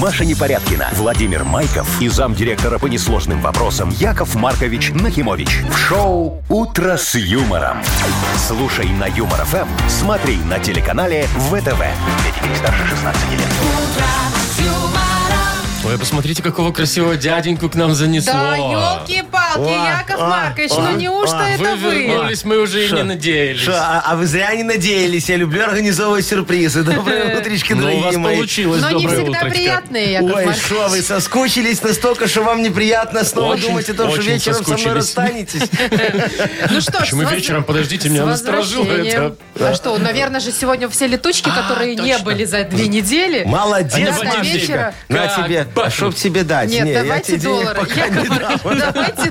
Маша Непорядкина, Владимир Майков и замдиректора по несложным вопросам Яков Маркович Нахимович. В шоу «Утро с юмором». Слушай на Юмор ФМ, смотри на телеканале ВТВ. Для детей старше 16 лет. Ой, а посмотрите, какого красивого дяденьку к нам занесло. Да, елки-палки, О, Яков о, Маркович, о, ну неужто о, это а, Вы вы? вернулись, мы уже и не надеялись. Шо, а, а вы зря не надеялись. Я люблю организовывать сюрпризы. Э, Доброе утречки, Ну, у вас дорогие мои. получилось. Но не Доброе всегда утречко. приятные, Яков Ой, Маркович. что вы соскучились настолько, что вам неприятно снова Очень, думать о том, что очень вечером со мной соскучились. расстанетесь. Ну что ж, Почему с воз- вечером? Подождите, с меня насторожило возвращением. это. А, А что, наверное же сегодня все летучки, которые не точно. были за две недели. Они Молодец, до бандитика. Машечка. вечера. На Как тебе, А башню. чтоб тебе дать. Нет, Не, я давайте тебе денег доллары. пока не Яков дам. Маркович, давайте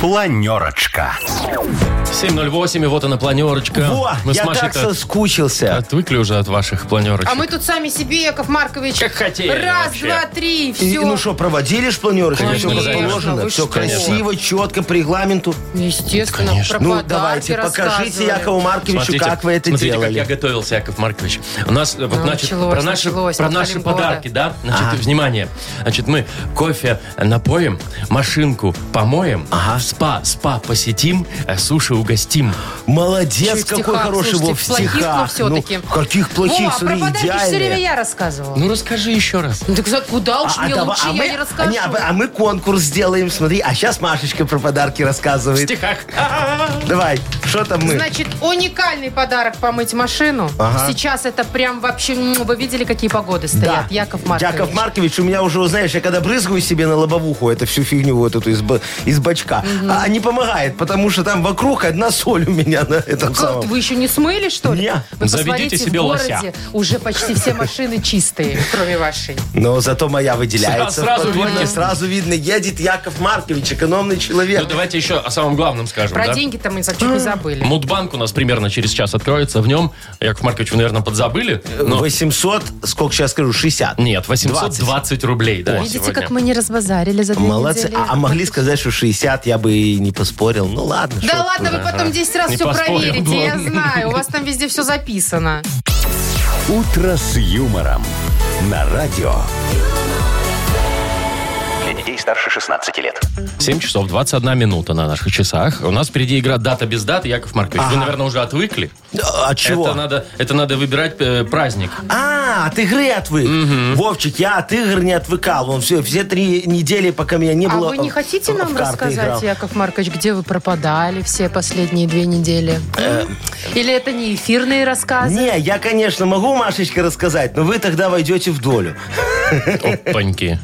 Планерочка. 7.08, и вот она, планерочка. Во, мы с я Машей так соскучился. отвыкли уже от ваших планерочек. А мы тут сами себе, Яков Маркович. Как хотели Раз, вообще. два, три, И, все. ну что, проводили ж планерочку? Конечно, все как конечно. положено. Вы Все Ну, что? красиво, четко, по регламенту. Естественно, Конечно. про Ну, подарки давайте, покажите рассказывали. Якову Марковичу, как вы это смотрите, делали. как я готовился, Яков Маркович. У нас э, вот, Ну, значит, началось, про наши, началось, про вот наши Халим Бора. подарки, да? Значит, внимание. Значит, мы кофе напоим, машинку помоем, в спа, спа посетим, э, суши угостим. Молодец, Чуть какой стихах, хороший слушайте, Вов, в в плохих, но стихах. Ну, все-таки. каких плохих, Вова, смотри, про подарки все время идеальные. я рассказывала. Ну, расскажи еще раз. Ну, так за- куда уж мне а, давай- лучше, я мы, не расскажу. не, а, мы- а мы конкурс сделаем, смотри. А сейчас Машечка про подарки В рассказывает. стихах. Давай, что там мы? Значит, уникальный подарок помыть машину. э. Ага. Сейчас это прям вообще... м, Вы видели, какие погоды стоят? Яков Маркович. Яков Маркович, у меня уже, знаешь, я когда брызгаю себе на лобовуху, это всю фигню вот эту из, ба- из бачка, а не помогает, потому что там вокруг одна соль у меня на этом Как, самом. Вы еще не смыли, что ли? Не. Вы Заведите посмотрите, себе в лося. городе уже почти все машины чистые, кроме вашей. Но зато моя выделяется. Сра- сразу в подводе, видно. сразу видно, едет Яков Маркович, экономный Ну, человек. давайте еще о самом главном скажем, Про да? деньги-то мы за- чуть не забыли. Мудбанк у нас примерно через час откроется. В нем, Яков Маркович, вы, наверное, подзабыли. Э, Но... 800, сколько сейчас скажу, 60. Нет, 820 рублей, да, Видите, сегодня. как мы не разбазарили за две Молодцы. недели. А, а могли сказать, что 60, я бы и не поспорил. Ну ладно. Да шо ладно, тут. вы потом 10 раз Не все поспорим, проверите, я ладно. знаю. У вас там везде все записано. «Утро с юмором» на радио. Для детей старше 16 лет. 7 часов 21 минута на наших часах. У нас впереди игра «Дата без даты». Яков Маркович, вы, наверное, уже отвыкли. Да, а, От чего? Это надо, это надо выбирать э, праздник. А, от игры отвык. Вовчик, я от игр не отвыкал. Вон все, все три недели, пока меня не А было. вы не э, хотите в нам карты рассказать, играл. Яков Маркович, где вы пропадали все последние две недели? Или это не эфирные рассказы? Э. Не, я, конечно, могу, Машечка, рассказать, но вы тогда войдете в долю. Опаньки.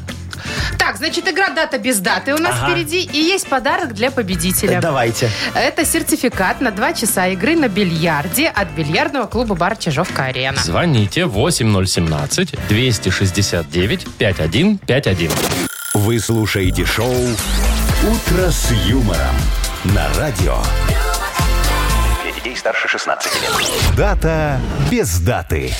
Так, значит, игра «Дата без даты» у нас впереди. И есть подарок для победителя. Давайте. Это сертификат на два часа игры на бильярде от бильярдного клуба «Бар Чижовка-Арена». Звоните 8017-269-5151. Вы слушаете шоу «Утро с юмором» на радио. Для детей старше 16 лет. Дата без даты.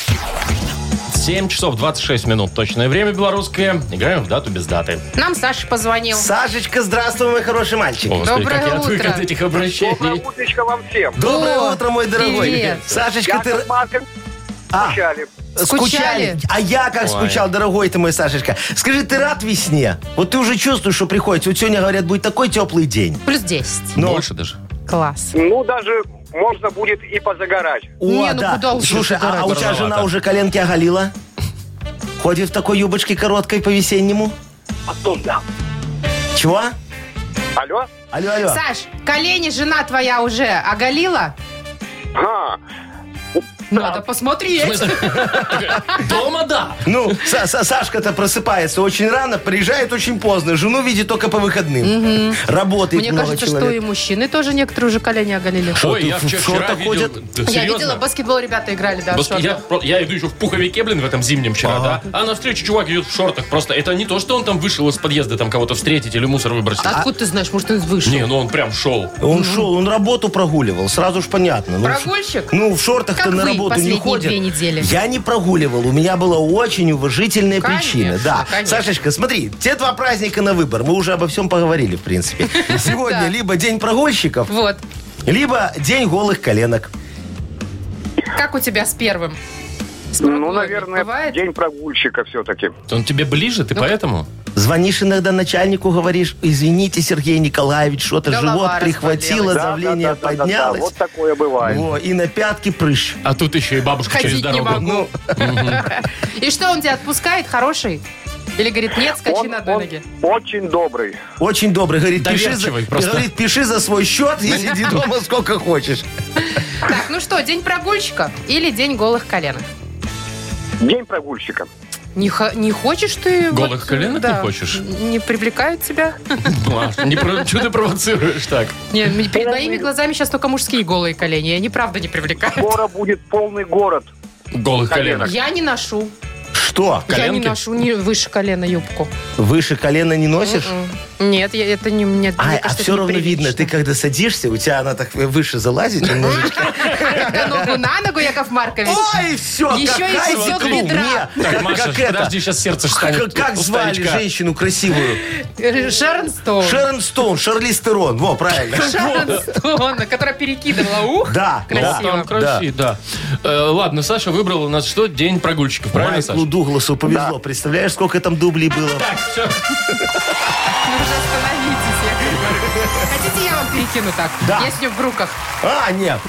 7 часов 26 минут. Точное время белорусское. Играем в «Дату без даты». Нам Саша позвонил. Сашечка, здравствуй, мой хороший мальчик. О, господи, как я Доброе отвык утро. от этих обращений. утречко вам всем. Доброе О, утро, мой дорогой. привет. Сашечка, ты Маркович, А, Скучали? А я как Ой. скучал, дорогой ты мой Сашечка. Скажи, ты рад весне? Вот ты уже чувствуешь, что приходит. Вот сегодня, говорят, будет такой теплый день. Плюс 10. Ну. Больше даже. Класс. Ну, даже можно будет и позагорать. О, Не, ну куда уж Слушай, это а, а у тебя дорого. жена уже коленки оголила? Ходит в такой юбочке короткой по-весеннему? Потом, да. Чего? Алло? Алло, алло. Саш, колени жена твоя уже оголила? Ну, А, Надо посмотреть. Дома да. Ну, Са- Са- Сашка-то просыпается очень рано, приезжает очень поздно. Жену видит только по выходным. Работает Мне много кажется, что и человек. мужчины тоже некоторые уже колени оголили. Ой, я ты, вчера что вчера такое? видел... Да, Я серьезно? видела, баскетбол ребята играли, да, в Баск- Я, шортах. про- я иду еще в пуховике, блин, в этом зимнем вчера, да? А навстречу чувак идет в шортах просто. Это не то, что он там вышел из подъезда там кого-то встретить или мусор выбросить. А Откуда ты знаешь, может, он вышел? Не, ну он прям шел. Он шел, он работу прогуливал, сразу же понятно. Ну, Прогульщик? Ну, в шортах-то Как на вы, работу не последние ходят. две недели. Я не прогуливал. У меня была очень уважительная Конечно, причина. Да. конечно. Сашечка, смотри, те два праздника на выбор. Мы уже обо всем поговорили, в принципе. Сегодня Да. либо день прогульщиков, Вот. либо день голых коленок. Как у тебя с первым? С Ну, прогулами? наверное, Бывает? день прогульщика все-таки. Он тебе ближе, ты поэтому? Звонишь иногда начальнику, говоришь, извините, Сергей Николаевич, что-то Голова живот прихватило, разболелась. давление поднялось. Ну. вот такое бывает. Во, и на пятки прыщ. Ну, А тут еще и бабушка через Ходить не дорогу. могу. И что, он тебя отпускает, хороший? Или говорит, нет, скачи Он, на одной он ноге. очень добрый. Очень добрый. Говорит, пиши за, Доверчивый просто. говорит, пиши за свой счет и сиди дома сколько хочешь. Так, ну что, день прогульщика или день голых коленок? День прогульщика. Не, хо- не хочешь ты... Голых вот, коленок не да, хочешь? Не привлекают тебя? Ну, а не про- Чего ты провоцируешь так? Не, м- перед моими глазами сейчас только мужские голые колени. Они правда не привлекают. Скоро будет полный город. Голых коленок. Я не ношу. Что? Я не Коленки? ношу не выше колена юбку. Выше колена не носишь? М. Нет, я, это не... Мне, А, М-м-м. мне а кажется, все это равно видно, ты неприлично. когда садишься, у тебя она так выше залазит немножечко. Когда ногу на ногу, Яков Маркович. Ой, все, Еще М-м-м. и какая сидел тьфу, бедра. не, Так, Маша, как это, подожди, сейчас сердце Как, встанет. как у звали старичка. женщину красивую? Шарон Стоун. Шерон Стоун, Шарли Стерон. Во, правильно. Шарон Стоун, которая перекидывала. Ух, Да, Ну, красиво. там красиво, да. Э, Ладно, Саша выбрал у нас что? День прогульщиков, правильно, Майклу Саша? Дугласу повезло. Представляешь, сколько там дублей было? Так, все. Ну уже остановитесь, Яков Маркович. Хотите, я вам перекину так? Да. Я с ним в руках. А, нет.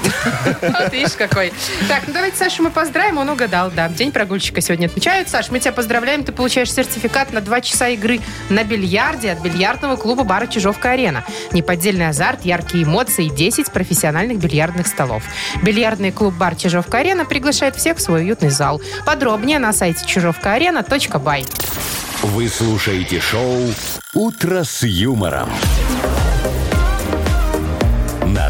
Вот видишь какой. Так, ну давайте Сашу мы поздравим, он угадал, да. День прогульщика сегодня отмечают. Саш, мы тебя поздравляем, ты получаешь сертификат на 2 часа игры на бильярде от бильярдного клуба бара «Чижовка-арена». Неподдельный азарт, яркие эмоции и 10 профессиональных бильярдных столов. Бильярдный клуб бар «Чижовка-арена» приглашает всех в свой уютный зал. Подробнее на сайте чижовкаарена.бай. Вы слушаете шоу «Утро с юмором». На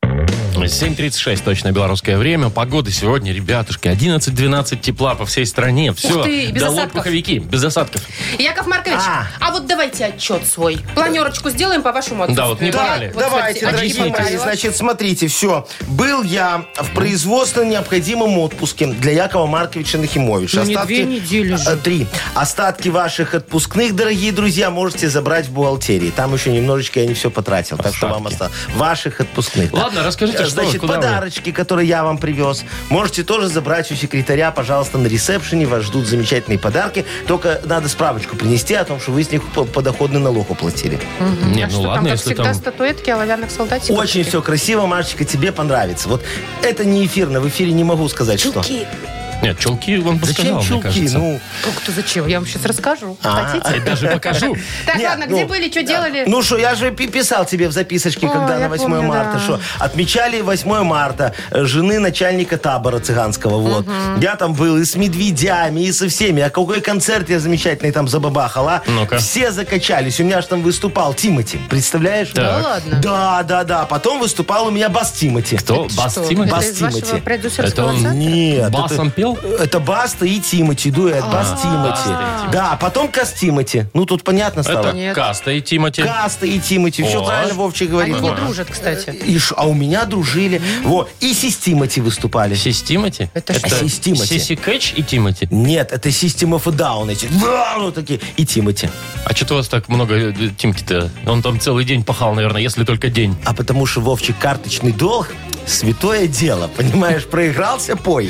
7.36 точно белорусское время. Погода сегодня, ребятушки, 11-12 тепла по всей стране. Все, ты, и без осадков. пуховики, без осадков. Яков Маркович, а. А. вот давайте отчет свой. Планерочку сделаем по вашему отцу. Да, вот не брали. Так, давайте, дорогие Объясните. мои, значит, смотрите, все. Был я в производственно необходимом отпуске для Якова Марковича Нахимовича. Ну, не две недели же. Э, Три. Остатки ваших отпускных, дорогие друзья, можете забрать в бухгалтерии. Там еще немножечко я не все потратил, так что вам осталось. Ваших отпускных. да. Ладно, расскажите, Э, что, Значит, куда вы? подарочки, которые я вам привез, можете тоже забрать у секретаря, пожалуйста, на ресепшене. Вас ждут замечательные подарки. Только надо справочку принести о том, что вы с них по- подоходный налог уплатили. Не, а ну что ладно, там, как если всегда, там... статуэтки оловянных солдатиков? Очень таких? все красиво, Машечка, тебе понравится. Вот это не эфирно, в эфире не могу сказать, что. Нет, чулки он Зачем подсказал, мне чулки? кажется. Ну, Как то зачем? Я вам сейчас расскажу. Я Хотите? даже покажу. Так, Нет, ладно, где ну, были, что делали? ну что, я же пи- писал тебе в записочке, О, когда я на 8 помню, да. марта, что отмечали 8 марта э, жены начальника табора цыганского, вот. Я там был и с медведями, и со всеми. А какой концерт я замечательный там забабахал, а? Ну-ка. Все закачались. У меня же там выступал Тимати, представляешь? Да так. ладно. Да, да, да. Потом выступал у меня бас Тимати. Кто? Бас Что, Тимати? Это Бас из вашего Тимати. Это продюсерского он центра? Нет, это- басом пел? Это Баста и Тимати, дуэт Бас Тимати. Да, а потом Кас Тимати. Ну, тут понятно Это стало. Каста и Тимати. Каста и Тимати. Все О. правильно Вовчик Они говорит. не дружат, кстати. И ш- а у меня дружили. Во, и Сис Тимати выступали. Сис Тимати? Это что? Сис Тимати. Сиси Кэтч и Тимати. Нет, это System of a Down. Эти. Да, ну такие. И Тимати. А что у вас так много э, Тимки-то? Он там целый день пахал, наверное, если только день. А потому что Вовчик карточный долг святое дело. Понимаешь, проигрался, пой.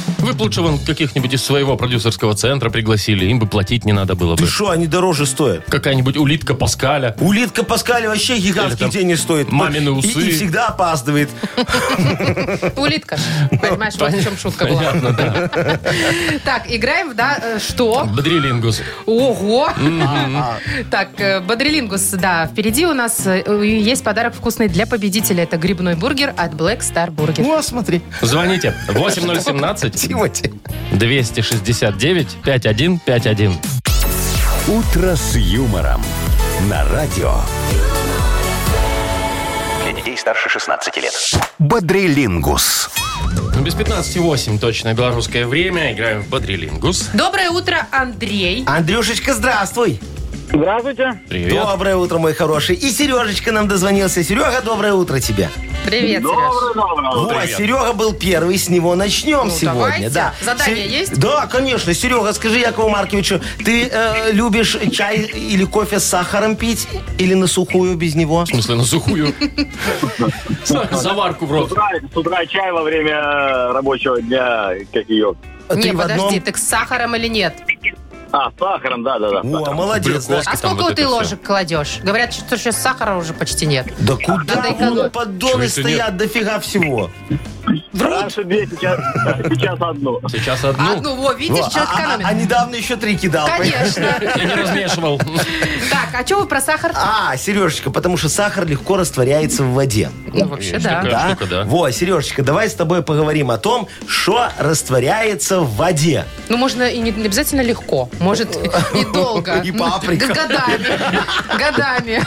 Вы бы лучше вон каких-нибудь из своего продюсерского центра пригласили, им бы платить не надо было бы. Ты что, они дороже стоят? Какая-нибудь улитка Паскаля. Улитка Паскаля вообще Или там гигантских денег стоит. мамины И- усы. И, всегда опаздывает. Улитка. Понимаешь, вот в чем шутка была. Понятно, да. Так, играем в да, э, что? Бодрилингус. Ого! Так, э, Бодрилингус, да, впереди у нас э, есть подарок вкусный для победителя. Это грибной бургер от Black Star Burger. Ну, а смотри. Звоните 8017 Тимати. 269 5151. «Утро с юмором» на радио. Для детей детей старше 16 лет. Бодрилингус. Ну, без 15,8 точно белорусское время. Играем в Бодрилингус. Доброе утро, Андрей. Андрюшечка, здравствуй. Здравствуйте. Привет. Доброе утро, мой хороший. И Сережечка нам дозвонился. Серега, доброе утро тебе. Привет, Сереж. доброе. Вот, Серега был первый, с него начнем Ну, сегодня. давайте. Да. Задание есть? Да, конечно. Серега, скажи Якову Марковичу, ты э, любишь чай или кофе с сахаром пить? Или на сухую без него? В смысле, на сухую. С- Заварку в рот. С утра чай во время э, рабочего дня, как ее. Три Не, в одном? подожди, так с сахаром или нет? А, с сахаром, да-да-да. О, молодец, да. Глюкозка. А Там сколько вот вот это ты всё. ложек кладешь? Говорят, что сейчас сахара уже почти нет. Да куда? Надо Ну, экономить. Чего поддоны это нет? стоят, дофига всего. Раньше две, сейчас, сейчас одну. Сейчас одну. Одну, ну, во, видишь, Во, человек а- а- экономит. а недавно еще три кидал. Конечно. Я не размешивал. Так, а что вы про сахар? А, Сережечка, потому что сахар легко растворяется в воде. Ну, вообще, Есть да. такая. Да? штука, да. Во, Сережечка, давай с тобой поговорим о том, что растворяется в воде. Ну, можно и не не обязательно легко. Может, и долго. И паприка. Да Годами. Годами.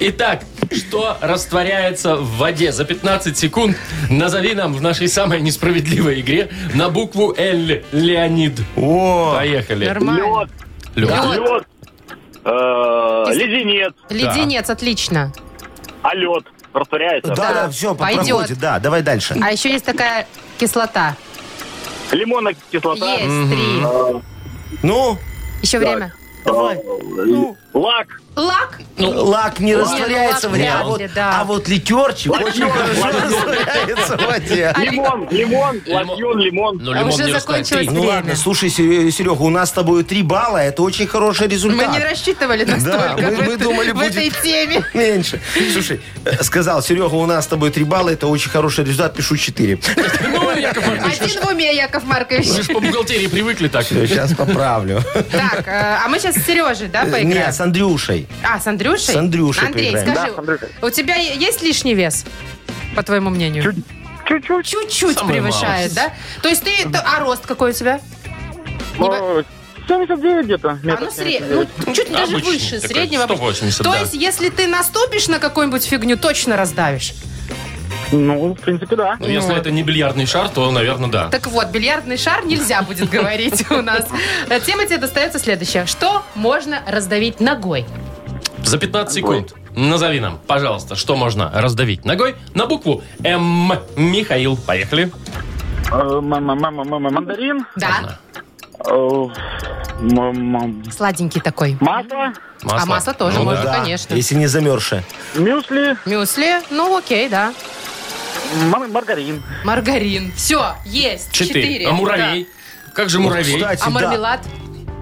Итак, что растворяется в воде? За 15 секунд назови нам в нашей самой несправедливой игре на букву Л. Леонид. О, Поехали. Нормально. Лёд. Лёд. Лед. Э, леденец, Леденец, отлично. а лед растворяется. да, да, все, Пойдет. проходит. Да, давай дальше. А еще есть такая кислота. Лимонная кислота. Есть три. Ну, Еще время. давай. Лак. Лак. Ну, Лак не растворяется ну, лак в воде, а вряд вот, ли, да. а вот ликерчик очень хорошо растворяется в воде. А Лимон, лимон, лосьон, лимон. Ну, лимон уже не растает. закончилось. Ну ладно, слушай, Се- Серега, у нас с тобой три балла, это очень хороший Мы результат. не рассчитывали настолько мы- в, мы этой- думали, в будет- этой теме. Меньше. Слушай, э, сказал, Серега, у нас с тобой три балла, это очень хороший результат, пишу четыре. Три. Ну, Яков Маркович, Один в уме, Яков вы Маркович. же по бухгалтерии привыкли так. Сейчас поправлю. Так, э, а мы сейчас с Сережей, да, поиграем? Нет, с Андрюшей. А, с Андрюшей? С Андрюшей Андрей, поиграем. Да, с скажи, Андрюшей. у тебя е- есть лишний вес? По твоему мнению? Чуть-чуть. Чуть-чуть Самое превышает, да? То есть ты... то- А рост какой у тебя? Не бо- Типа- Ну, 79 где-то. А, ну, сре- ну, чуть даже Обычный выше такой, среднего. 180, То да. есть, если ты наступишь на какую-нибудь фигню, точно раздавишь. Ну, в принципе, да. Ну, Если Ну. это не бильярдный шар, то, наверное, да. Так вот, бильярдный шар нельзя будет говорить у нас. Э, Тема тебе достается следующая. Что можно раздавить ногой? За 15 секунд назови нам, пожалуйста, что можно раздавить ногой на букву М. Михаил, поехали. Э, мама, мама, мама, Мандарин. Да, э, м- м- сладенький такой. Масло. А масло тоже Ну можно, да. конечно. Если не замерзшая. Мюсли. Мюсли, ну окей, да. м- Маргарин. Маргарин. Все, есть. Четыре. А муравей? Как же муравей? Кстати, А да. мармелад?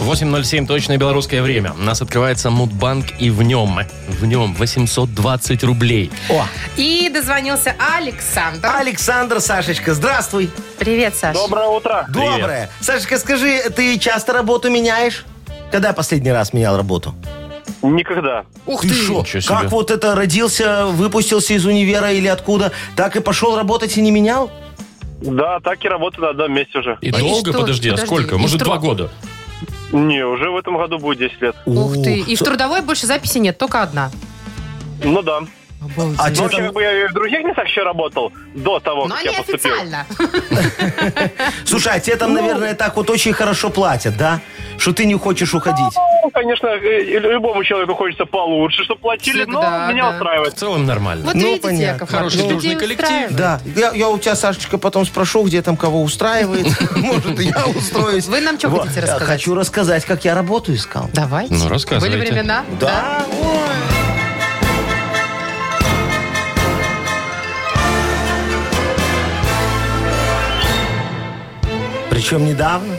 8.07 точное белорусское время. У нас открывается Мудбанк и в нем. В нем 820 рублей. О, И дозвонился Александр. Александр, Сашечка, здравствуй. Привет, Саш. Доброе утро. Привет. Доброе. Сашечка, скажи, ты часто работу меняешь? Когда последний раз менял работу? Никогда. Ух Ты шо, Ничего себе. Как вот это родился, выпустился из универа или откуда, так и пошел работать и не менял? Да, так и работаю на одном месте уже. И Да и долго, что? подожди, а Подожди, сколько? и Может, тру- два года? Не, уже в этом году будет 10 лет. Ух О, ты. И в трудовой больше записи нет, только одна. Ну да. А Ну, чё вообще, там- как бы я и в других местах еще работал до того, Но как я поступил. неофициально. Ну, Слушай, а тебе там, наверное, так вот очень хорошо платят, да? Что ты не хочешь уходить. Ну, конечно, э, и любому человеку хочется получше, чтобы платили, Всегда, но меня да. устраивает. В целом нормально. Вот Ну, видите, понятно. Яков Маркович, Хороший людей дружный коллектив. устраивает. Да, я, я у тебя, Сашечка, потом спрошу, где там кого устраивает. Может, и я устроюсь. Вы нам что Вот, хотите э, рассказать? Хочу рассказать, как я работу искал. Давайте. Ну, рассказывайте. Были времена? Да, ой. Причем недавно.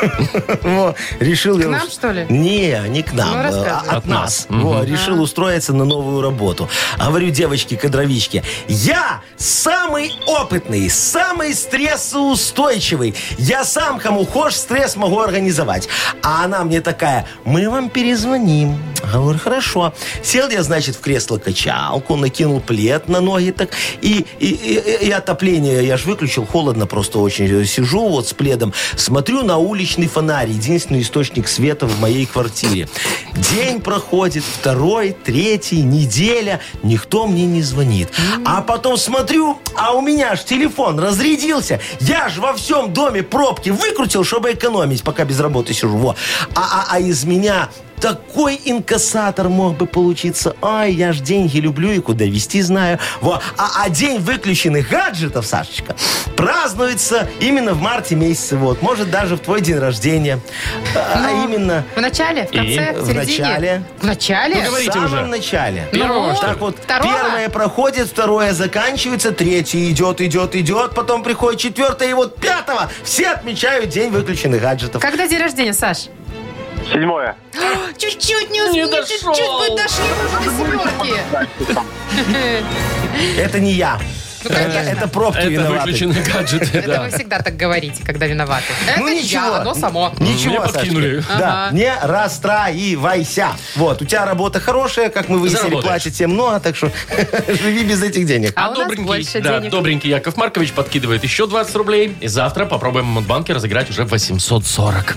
Вот, Решил К я нам, уст- что ли? Не, не к нам. Ну, э, рассказывай. а- От От нас. нас. Вот, Решил устроиться на новую работу. Говорю, девочки, кадровички, я самый опытный, самый стрессоустойчивый. Я сам, кому хочешь, стресс могу организовать. А она мне такая, мы вам перезвоним. Говорю, хорошо. Сел я, значит, в кресло-качалку, накинул плед на ноги так, и, и, и- и отопление я же выключил, холодно просто очень. э, Сижу вот с пледом, смотрю на уличный фонарь, единственный источник света в моей квартире. День проходит, второй, третий, неделя, никто мне не звонит. А потом смотрю, а у меня ж телефон разрядился. Я ж во всем доме пробки выкрутил, чтобы экономить, пока без работы сижу. Во. А, а, а из меня такой инкассатор мог бы получиться. Ай, я ж деньги люблю и куда вести знаю. Во. А, а день выключенных гаджетов, Сашечка, празднуется именно в марте месяце. Вот. Может, даже в твой день рождения. А Но именно В начале, в И? конце, в В середине? начале. В начале? Ну, в говорите самом уже. Ну, начале. Первого, что ли? Так вот, Второго? первое проходит, второе заканчивается, третье идет, идет, идет, потом приходит четвертое, и вот пятого все отмечают день выключенных гаджетов. Когда день рождения, Саш? Седьмое. Чуть-чуть не, успели, дошел. Чуть бы дошли уже до семерки. Это не я. Ну, Это, конечно. Э, это пробки Это виноваты. выключенные гаджеты, Это да. вы всегда так говорите, когда виноваты. Это Ну, не ничего. я, оно само. Ничего, Мне Сашка. подкинули. Да, Ага. не расстраивайся. Вот, у тебя работа хорошая, как мы выяснили, Заработаешь. платят тебе много, так что живи без этих денег. А у нас добренький, больше да, денег. добренький Яков Маркович подкидывает еще 20 рублей. И завтра попробуем в Мудбанке разыграть уже 840.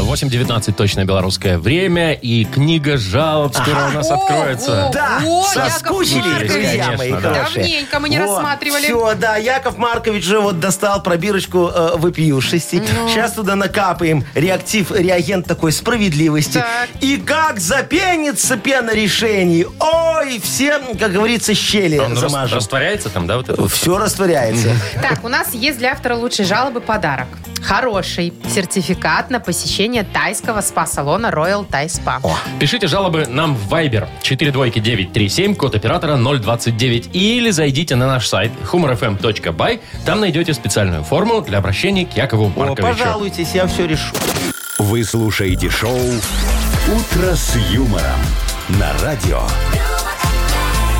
8.19 точно белорусское время. И книга жалоб скоро у нас откроется. Ого. Да, О, Яков соскучились, Маркович. друзья мои Конечно, да. хорошие. Давненько мы не рассматривали. Все, да, Яков Маркович же вот достал пробирочку э, вопиюшести. Ну. Сейчас туда накапаем реактив, реагент такой справедливости. Так. И как запенится пена решений. Ой, все, как говорится, щели Он рас- замажем. растворяется там, да, вот это? вот? Все растворяется. Так, у нас есть для автора лучшей жалобы подарок. Хороший сертификат на посещение тайского спа-салона Royal Thai Spa. Пишите жалобы нам в Viber 42937, код оператора 029. Или зайдите на наш сайт humorfm.by. Там найдете специальную форму для обращения к Якову О, Марковичу. пожалуйтесь, я все решу. Вы слушаете шоу «Утро с юмором» на радио.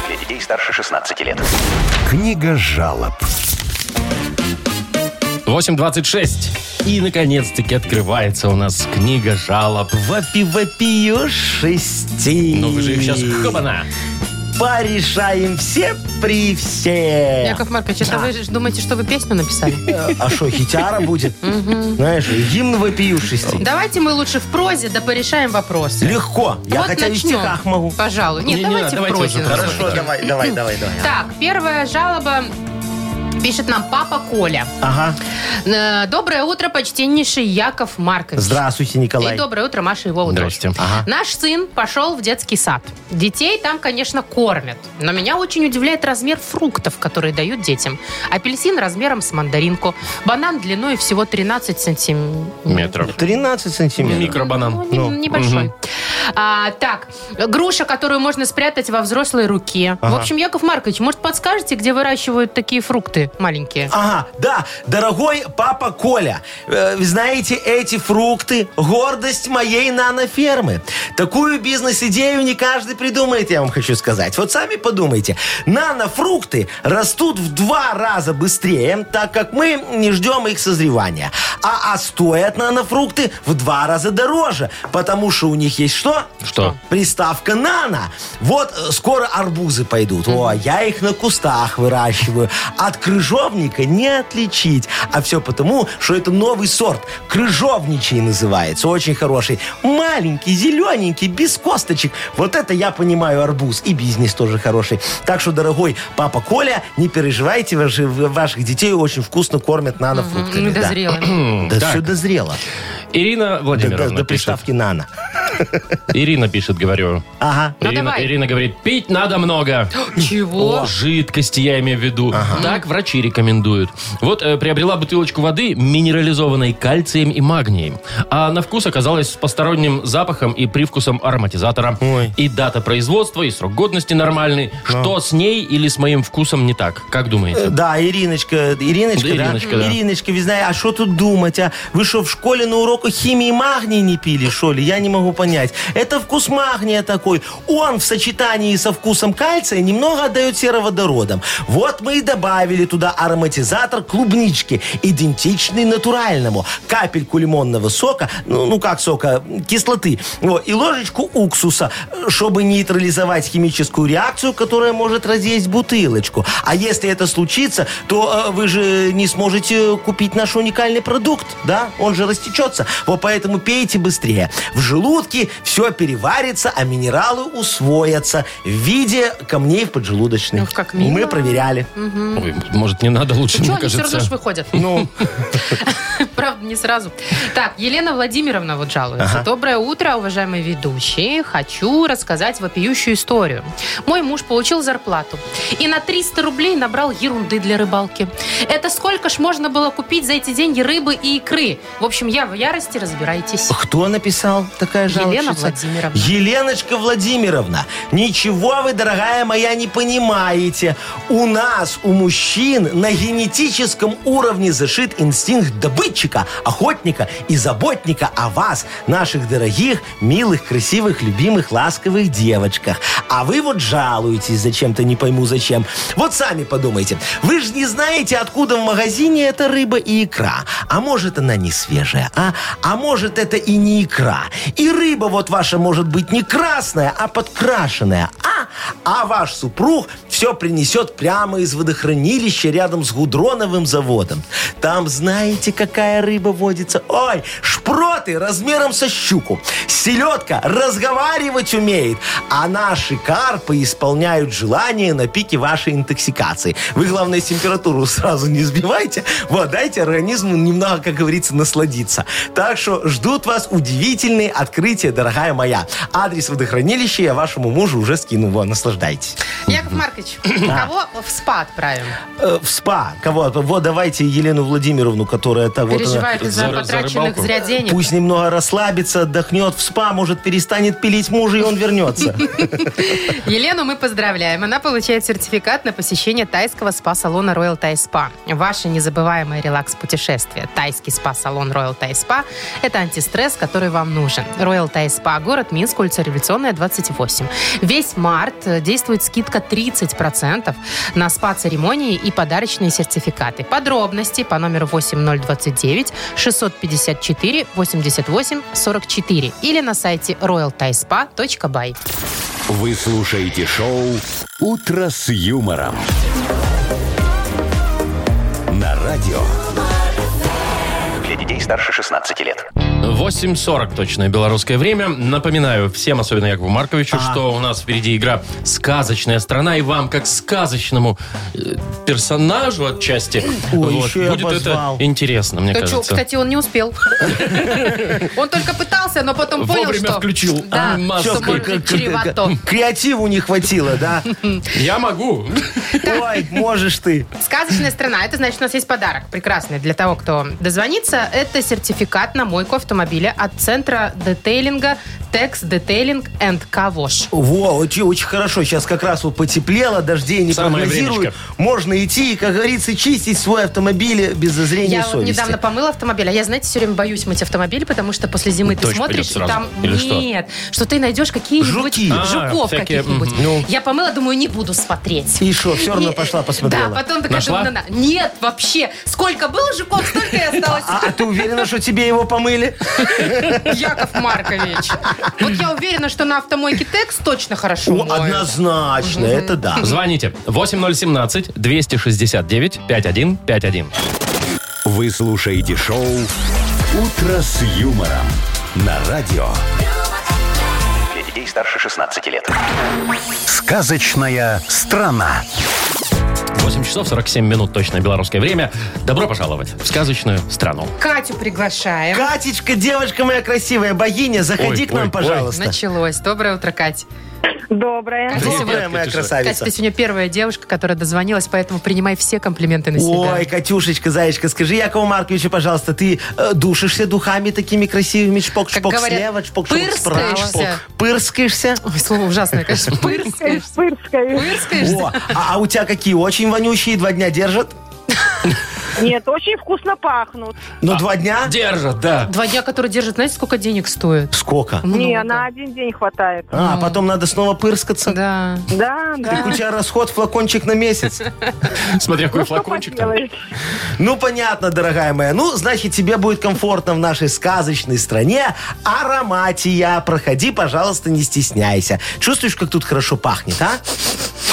Для детей старше 16 лет. Книга жалоб. 8.26. И, наконец-таки, открывается у нас книга жалоб. Вопи-вопиюшести. Ну, вы же их сейчас хабана. Порешаем все при всех. Яков Маркович, это вы же думаете, что вы песню написали? А что, хитяра будет? Знаешь, гимн вопиюшести. Давайте мы лучше в прозе, да порешаем вопросы. Легко. Я Вот хотя и в начнем. стихах могу. Пожалуй. Нет, Не, не надо, давайте в давайте прозе. уже нас. Хорошо, Хорошо, давай, давай, давай, давай. Так, первая жалоба пишет нам папа Коля. Ага. Э, Доброе утро, почтеннейший Яков Маркович. Здравствуйте, Николай. И доброе утро, Маша и Вова. Здрасте. Ага. Наш сын пошел в детский сад. Детей там, конечно, кормят. Но меня очень удивляет размер фруктов, которые дают детям. Апельсин размером с мандаринку. Банан длиной всего 13 сантиметров. Метров. 13 сантиметров. Микробанан. Ну, Ну, не- небольшой. А, так, груша, которую можно спрятать во взрослой руке. В общем, Яков Маркович, может, подскажете, где выращивают такие фрукты маленькие? Ага, да, дорогой папа Коля, э, вы знаете, эти фрукты – гордость моей нанофермы. Такую бизнес-идею не каждый придумает, я вам хочу сказать. Вот сами подумайте. Нанофрукты растут в два раза быстрее, так как мы не ждем их созревания. А, а стоят нанофрукты в два раза дороже, потому что у них есть что? Что? Приставка «нано». Вот э, скоро арбузы пойдут. О, я их на кустах выращиваю. От крыжовника не отличить. А все потому, что это новый сорт. Крыжовничий называется. Очень хороший. Маленький, зелененький, без косточек. Вот это я понимаю арбуз. И бизнес тоже хороший. Так что, дорогой папа Коля, не переживайте, ваши- ваших детей очень вкусно кормят А, нанофруктами. Не да. дозрелыми. Да все дозрело. Ирина До, Владимировна до- до пишет. приставки нано. Ирина пишет, говорю. Ага. Ну, Ирина, давай. Ирина говорит, пить надо много. Чего? О, жидкости я имею в виду. Так врачи рекомендуют. Вот э, приобрела бутылочку воды, минерализованной кальцием и магнием. А на вкус оказалась с посторонним запахом и привкусом ароматизатора. Ой. И дата производства, и срок годности нормальный. Что с ней или с моим вкусом не так? Как Э, думаете? Да, Ириночка, Ириночка, Да, да? Ириночка, да. Ириночка, вы знаете, а что тут думать, а? Вы что, в школе на уроках химии магний не пили, что ли? Я не могу понять. Это вкус магния такой. Он в сочетании со вкусом кальция немного отдает сероводородом. Вот мы и добавили туда ароматизатор клубнички, идентичный натуральному. Капельку лимонного сока, ну, ну как сока, кислоты, вот, и ложечку уксуса, э, чтобы нейтрализовать химическую реакцию, которая может разъесть бутылочку. А если это случится, то э, вы же не сможете купить наш уникальный продукт, да? Он же растечется. Вот поэтому пейте быстрее. В желудке все переварится, а минералы усвоятся в виде камней в поджелудочной. Ох, как мило. Мы проверяли. Ой, может, не надо лучше, мне Чего Эм. они все равно кажется. же выходят? Ну. Правда, не сразу. Так, Елена Владимировна вот жалуется. Доброе утро, уважаемые ведущие. Хочу рассказать вопиющую историю. Мой муж получил зарплату и на 300 рублей набрал ерунды для рыбалки. Это сколько ж можно было купить за эти деньги рыбы и икры? В общем, я в ярости, разбирайтесь. Кто написал такая жалоба? Елена Владимировна. Еленочка Владимировна, ничего вы, дорогая моя, не понимаете. У нас, у мужчин, на генетическом уровне зашит инстинкт добытчика, охотника и заботника о вас, наших дорогих, милых, красивых, любимых, ласковых девочках. А вы вот жалуетесь зачем-то, не пойму зачем. Вот сами подумайте. Вы же не знаете, откуда в магазине эта рыба и икра. А может, она не свежая, а? А может, это и не икра. И рыба вот ваша может быть не красная, а подкрашенная. А? А ваш супруг все принесет прямо из водохранилища рядом с гудроновым заводом. Там знаете, какая рыба водится? Ой, шпроты размером со щуку. Селедка разговаривать умеет. А наши карпы исполняют желание на пике вашей интоксикации. Вы, главное, температуру сразу не сбивайте. Вот, дайте организму немного, как говорится, насладиться. Так что ждут вас удивительные открытия, дорогая моя. Адрес водохранилища я вашему мужу уже скину. Во, наслаждайтесь. Яков Маркович, кого в спа отправим? Э, в СПА. Кого? Вот давайте Елену Владимировну, которая так вот... она- Переживает из-за э, за- за потраченных рыбалку. зря денег. Пусть немного расслабится, отдохнет в спа, может, перестанет пилить мужа, и он вернется. Елену мы поздравляем. Она получает сертификат на посещение тайского спа-салона Royal Thai Spa. Ваше незабываемое релакс-путешествие. Тайский спа-салон Royal Thai Spa – это антистресс, который вам нужен. Royal Thai Spa, город Минск, улица Революционная, 28. Весь март э, действует скидка 30% на спа-церемонии и подарочные сертификаты. Подробности по номеру 8029 654 88 44 или на сайте royalthaispa.by. Вы слушаете шоу «Утро с юмором». На радио. Для детей старше 16 лет. 8.40 точное белорусское время. Напоминаю всем, особенно Якову Марковичу, что у нас впереди игра «Сказочная страна», и вам, как сказочному э, персонажу отчасти, Ой, еще и будет это обозвал. интересно, мне Да чё, кажется. кстати, он не успел. Он только пытался, но потом понял, Вовремя что... включил. Да, А, что чё, может к- быть к- чревато. к- Креативу не хватило, да? Я могу. Ой, можешь ты. Сказочная страна. Это значит, у нас есть подарок. Прекрасный для того, кто дозвонится. Это сертификат на мойку автомобиля от центра детейлинга Tex Detailing and Car Wash. Во, очень, очень хорошо. Сейчас как раз вот потеплело, дождей не Самое прогнозируют. времечко. Можно идти и, как говорится, чистить свой автомобиль без зазрения Я вот совести. недавно помыла автомобиль, а я, знаете, все время боюсь мыть автомобиль, потому что после зимы ты Дождь смотришь, пойдет и сразу. там Или что? нет, что ты найдешь какие-нибудь Жуки. А, жуков всякие, каких-нибудь. мгм. Ну. Я помыла, думаю, не буду смотреть. И шо, все равно И- э, пошла посмотрела. Да, потом такая Нашла? думаю, на- на- нет, вообще, сколько было жуков, столько и осталось. А, а ты уверена, что тебе его помыли? Яков Маркович. Вот я уверена, что на автомойке Текс точно хорошо О, моют. однозначно, это да. Звоните 8017-269-5151. Вы слушаете шоу «Утро с юмором» на радио. Для детей старше 16 лет. Сказочная страна. 8 часов 47 минут точное белорусское время. Добро пожаловать в сказочную страну. Катю приглашаем. Катечка, девочка моя красивая, богиня, заходи Ой, к нам, ой, пожалуйста. Началось. Доброе утро, Кать. Доброе. Привет, Добрая моя Катюша. Катя, красавица. ты сегодня первая девушка, которая дозвонилась, поэтому принимай все комплименты на себя. Ой, Катюшечка, зайчка, скажи Якову Марковичу, пожалуйста, ты э, душишься духами такими красивыми, Как чпок-чпок говорят, слева, чпок-чпок справа, пырскаешься. чпок. пырскаешься. Ой, слово ужасное, конечно. Пырскаешь. Пырская. Пырскаешь. О, а, а у тебя какие? Очень вонючие, два дня держат? Нет, очень вкусно пахнут. Ну, два дня? Держат, да. Два дня, которые держат, знаете, сколько денег стоит? Сколько? Не, Много. на один день хватает. А, потом надо снова пырскаться? Ну. Да. Да, Так у да. тебя расход флакончик на месяц. Смотря какой Ну что флакончик там. поделаешь. Ну, понятно, дорогая моя. Ну, значит, тебе будет комфортно в нашей сказочной стране. Ароматия. Проходи, пожалуйста, не стесняйся. Чувствуешь, как тут хорошо пахнет, а?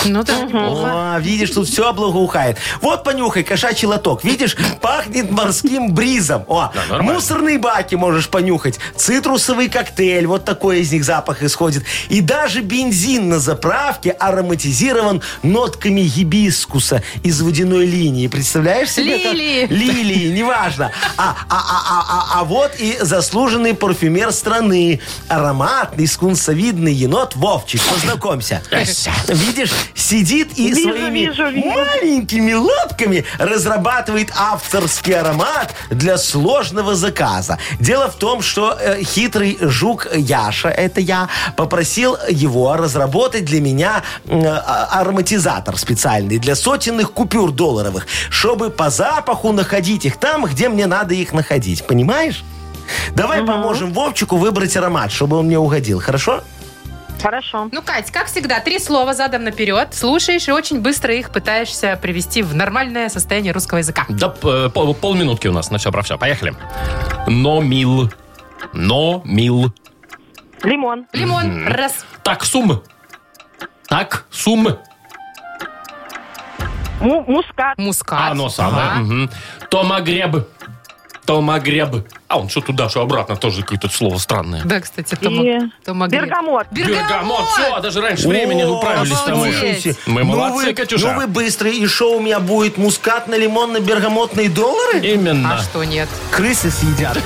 Ну, так неплохо. О, видишь, тут все благоухает. Вот понюхай кошачий лоток. Видишь, пахнет морским бризом. О, нормально. мусорные баки можешь понюхать. Цитрусовый коктейль. Вот такой из них запах исходит. И даже бензин на заправке ароматизирован нотками гибискуса из водяной линии. Представляешь себе? как- Лилии. Лилии, неважно. А, а, а, а, а, а вот и заслуженный парфюмер страны. Ароматный, скунсовидный енот Вовчик. Познакомься. Видишь, сидит и Вижу, своими вижу, вижу. маленькими лапками разрабатывает авторский аромат для сложного заказа. Дело в том, что э, хитрый жук Яша, это я, попросил его разработать для меня м, э, а- ароматизатор специальный для сотенных купюр долларовых, чтобы по запаху находить их там, где мне надо их находить. Понимаешь? Давай поможем Вовчику выбрать аромат, чтобы он мне угодил, хорошо? Хорошо. Ну, Кать, как всегда, три слова задом наперед, слушаешь и очень быстро их пытаешься привести в нормальное состояние русского языка. Да, п- э, пол- полминутки у нас на все про все. Поехали. Но мил. Но мил. Лимон. Лимон, раз. Так сум. Так сум. А, Му- Мускат. Мускат. Оно самое. мгм. Томагреб. Томагреб. А он что туда, что обратно тоже какое-то слово странное. Да, кстати, И Тома- А Томагреб. бергамот. Бергамот. Все, даже раньше времени О, управились с тобой. обалдеть. Мы Ну молодцы, вы- Катюша. Ну вы быстрые, и шо у меня будет? Мускат на лимон на бергамotные доллары? А Именно. что нет? Крысы съедят.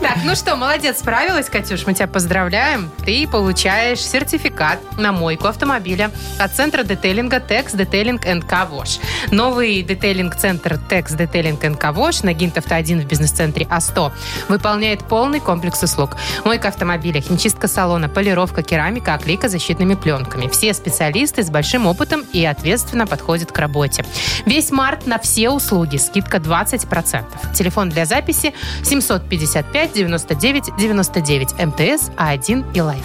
Так, ну что, молодец, справилась, Катюш, мы тебя поздравляем. Ты получаешь сертификат на мойку автомобиля от центра детейлинга Tex Detailing NK Wash. Новый детейлинг-центр Tex Detailing NK Wash на Гинтовта 1 в бизнес-центре А100 выполняет полный комплекс услуг. Мойка автомобиля, химчистка салона, полировка, керамика, оклейка защитными пленками. Все специалисты с большим опытом и ответственно подходят к работе. Весь март на все услуги скидка 20%. Телефон для записи 755 99 99 МТС А1 А и Лайф.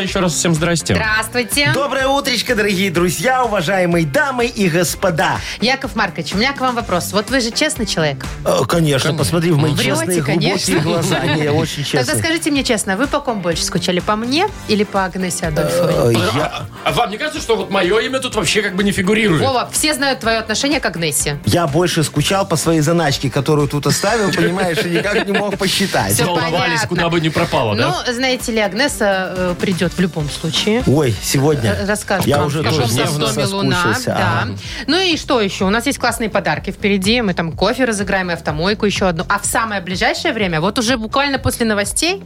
Еще раз всем здрасте. Здравствуйте. Доброе утречко, дорогие друзья, уважаемые дамы и господа. Яков Маркович, у меня к вам вопрос. Вот вы же честный человек. Э, Конечно, посмотри в мои Врете, честные, конечно. глубокие глаза. Не, я очень Тогда честный. скажите мне честно, вы по ком больше скучали? По мне или по Агнесе Адольфовой? Э, я- А, а вам не кажется, что вот мое имя тут вообще как бы не фигурирует? Вова, все знают твое отношение к Агнесе. Я больше скучал по своей заначке, которую тут оставил, понимаешь, и никак не мог посчитать. Всё Доловались, понятно. куда бы ни пропало, да? Ну, знаете ли, Ну, Агнеса э, придет в любом случае. Ой, сегодня. Р- Расскажет Я Э, вам, уже в каком тоже нервно состоме луна. соскучился. Да. Ага. Ну и что еще? У нас есть классные подарки впереди. Мы там кофе разыграем и автомойку еще одну. А в самое ближайшее время, вот уже буквально после новостей,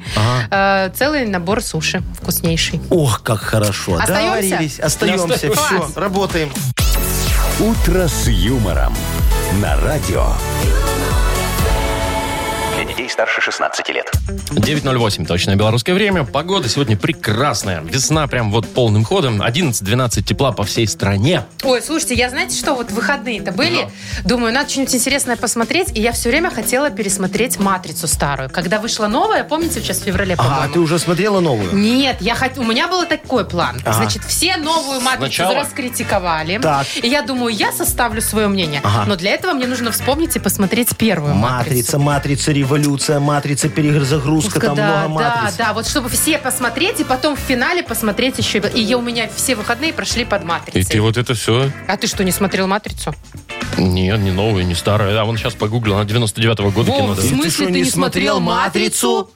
э, целый набор суши вкуснейший. Ох, как хорошо. Остаемся? Договорились. Остаемся. Все, Класс. работаем. «Утро с юмором» на радио. Для детей старше 16 лет. 9.08, точное белорусское время. Погода сегодня прекрасная. Весна прям вот полным ходом. 11-12 тепла по всей стране. Ой, слушайте, я знаете что, вот выходные-то были, Ну. думаю, надо что-нибудь интересное посмотреть, и я все время хотела пересмотреть «Матрицу» старую. Когда вышла новая, помните, сейчас в феврале, А, по-моему? ты уже смотрела новую? Нет, я хот... у меня был такой план. Значит, все новую матрицу Сначала? раскритиковали. Так. И я думаю, я составлю свое мнение. Ага. Но для этого мне нужно вспомнить и посмотреть первую матрицу. Матрица, матрица, революция, матрица, перезагрузка, там да, много да, матриц. да, вот чтобы все посмотреть и потом в финале посмотреть еще. И я, у меня все выходные прошли под матрицей. вот это все? А ты что, не смотрел матрицу? Нет, не новое, не старое. А он сейчас погуглил, она 99-го года кино. Вов, да. в смысле, Ты что, ты не не смотрел смотрел матрицу?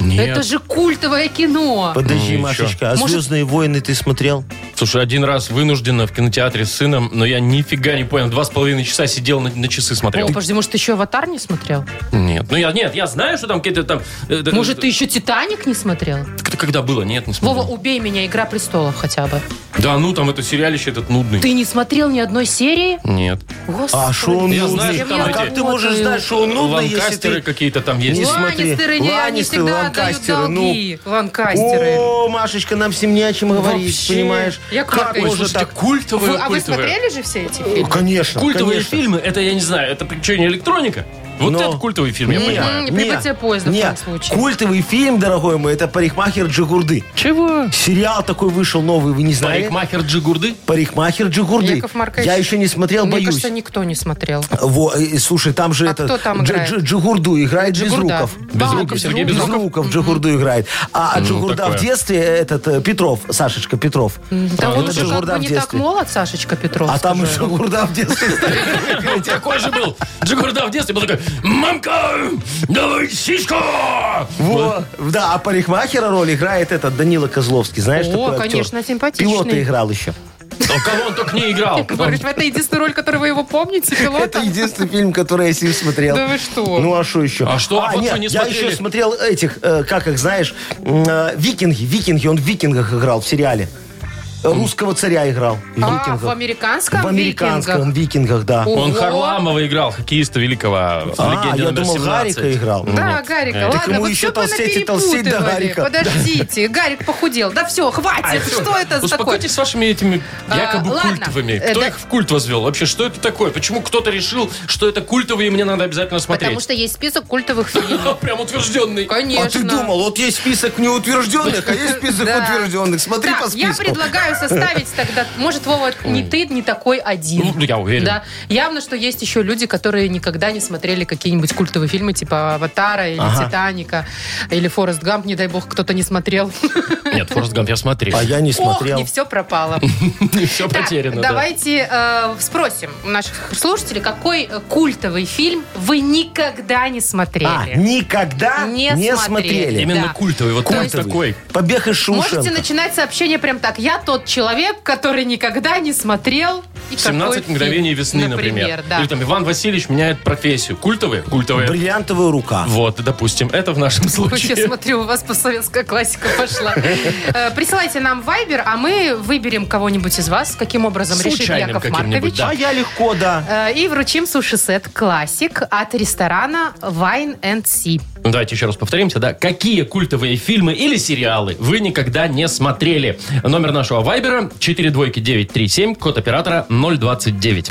Нет. Это же культовое кино. Подожди, Ну и Машечка, а Может- «Звездные войны» ты смотрел? Слушай, один раз вынужденно в кинотеатре с сыном, но я нифига не понял. Два с половиной часа сидел на, на часы О, смотрел. подожди, может, ты еще «Аватар» не смотрел? Нет, ну я нет, я знаю, что там какие-то там. э, да, Может, э, ты еще «Титаник» не смотрел? к- когда было? Нет, не смотрел. Вова, убей меня, «Игра престолов» хотя бы. Да ну там это сериалище этот нудный. Ты не смотрел ни одной серии? Нет. Господи. А что он Я нудный? знаю, я там а эти- как ты можешь знать, что он нудный, если Ланкастеры ты... какие-то там есть. Не смотри. Ланнистеры, не, они Ланнистеры, всегда дают ланкастеры, ну. долги. Ланкастеры. О, Машечка, нам всем не о чем говорить, Вообще. понимаешь? Я как капаюсь. Ой, можно слушайте, так? культовые, Вы- а вы культовые. смотрели же все эти фильмы? Конечно, Культовые конечно. фильмы, это я не знаю, это что, не электроника? Вот Но- это культовый фильм, я Не, понимаю. Не прибытие не, поезда в не. том случае. Культовый фильм, дорогой мой, это «Парикмахер Джигурды». Чего? Сериал такой вышел новый, вы не знали? Парикмахер Джигурды? «Парикмахер Джигурды». Яков Маркович, Я еще не смотрел, Мне боюсь. кажется, никто не смотрел. Во, э, слушай, там же А этот кто там Дж- играет? Дж- Джигурду играет Джигурда. Безруков. Безруков, Сергей Безруков? Безруков Джигурду играет. А, а Ну, Джигурда такое. в детстве этот э, Петров, Сашечка Петров. Да вот он же как Джигурда бы в не так детстве. молод, Сашечка Петров. А там скажи. еще Гурда в детстве. Такой же был. Джигурда в детстве был такой, мамка, давай сиська! Во, да, а парикмахера роль играет этот Данила Козловский, знаешь, О, такой актер. конечно, симпатичный. Пилота играл еще. А кого он только не играл? Яков Маркович, это единственная роль, которую вы его помните, пилота? Это единственный фильм, который я с ним смотрел. Да вы что? Ну а что еще? А что? А вот нет, вы не я смотрели. еще смотрел этих, э, как их знаешь, м, э, викинги. Викинги, он в викингах играл в сериале. Э, Русского царя играл. В А, викингах. в американском В американском «Викингах»? викингах, да. О, Он Ого. Харламова играл, хоккеиста великого, в А, легенде я номер думал, 17. Гарика играл. Да, Нет. Гарика, Э, ладно, ему вот еще всё толстеть и толстеть до понаперепутывали. Гарика. Подождите, Гарик похудел. Да все, хватит, что это за такое? Успокойтесь с вашими этими А, якобы ладно. культовыми. Э, Кто да- их в культ возвел? Вообще, что это такое? Почему кто-то решил, что это культовые, и мне надо обязательно смотреть? А Потому что есть список культовых фильмов. Прям утвержденный. Конечно. А ты думал, вот есть список неутвержденных, а есть список Да. утвержденных. Смотри Так, по я списку. предлагаю составить тогда, может, Вова, не ты, не такой один. Ну, я уверен. Да. Явно, что есть еще люди, которые никогда не смотрели какие-нибудь культовые фильмы, типа «Аватара» или «Титаника», или «Форест Гамп», не дай бог, кто-то не смотрел. Нет, Форрест Гамп я смотрел. А я не Ох, смотрел. не все пропало. Все Так, потеряно. да. давайте э, спросим у наших слушателей, какой э, культовый фильм вы никогда не А, смотрели? никогда Не смотрели. не, смотрели. Именно Да. культовый, вот Культовый. такой. Побег из Шушенко. Можете начинать сообщение прям так. Я тот человек, который никогда не смотрел. и какой 17 фильм, мгновений весны, например. да. Или там Иван Васильевич меняет профессию. Культовые? Культовые. Бриллиантовая рука. Вот, допустим, это в нашем Ой, я случае. смотрю, у вас постсоветская классика пошла. Э, Присылайте нам вайбер, а мы выберем кого-нибудь из вас, каким образом решит Случайным Яков каким-нибудь, Маркович. да. А я легко, да. Э, И вручим суши-сет «Классик» от ресторана Wine and Sea. Ну, давайте еще раз повторимся, да. Какие культовые фильмы или сериалы вы никогда не смотрели? Номер нашего вайбера 42937, код оператора 029.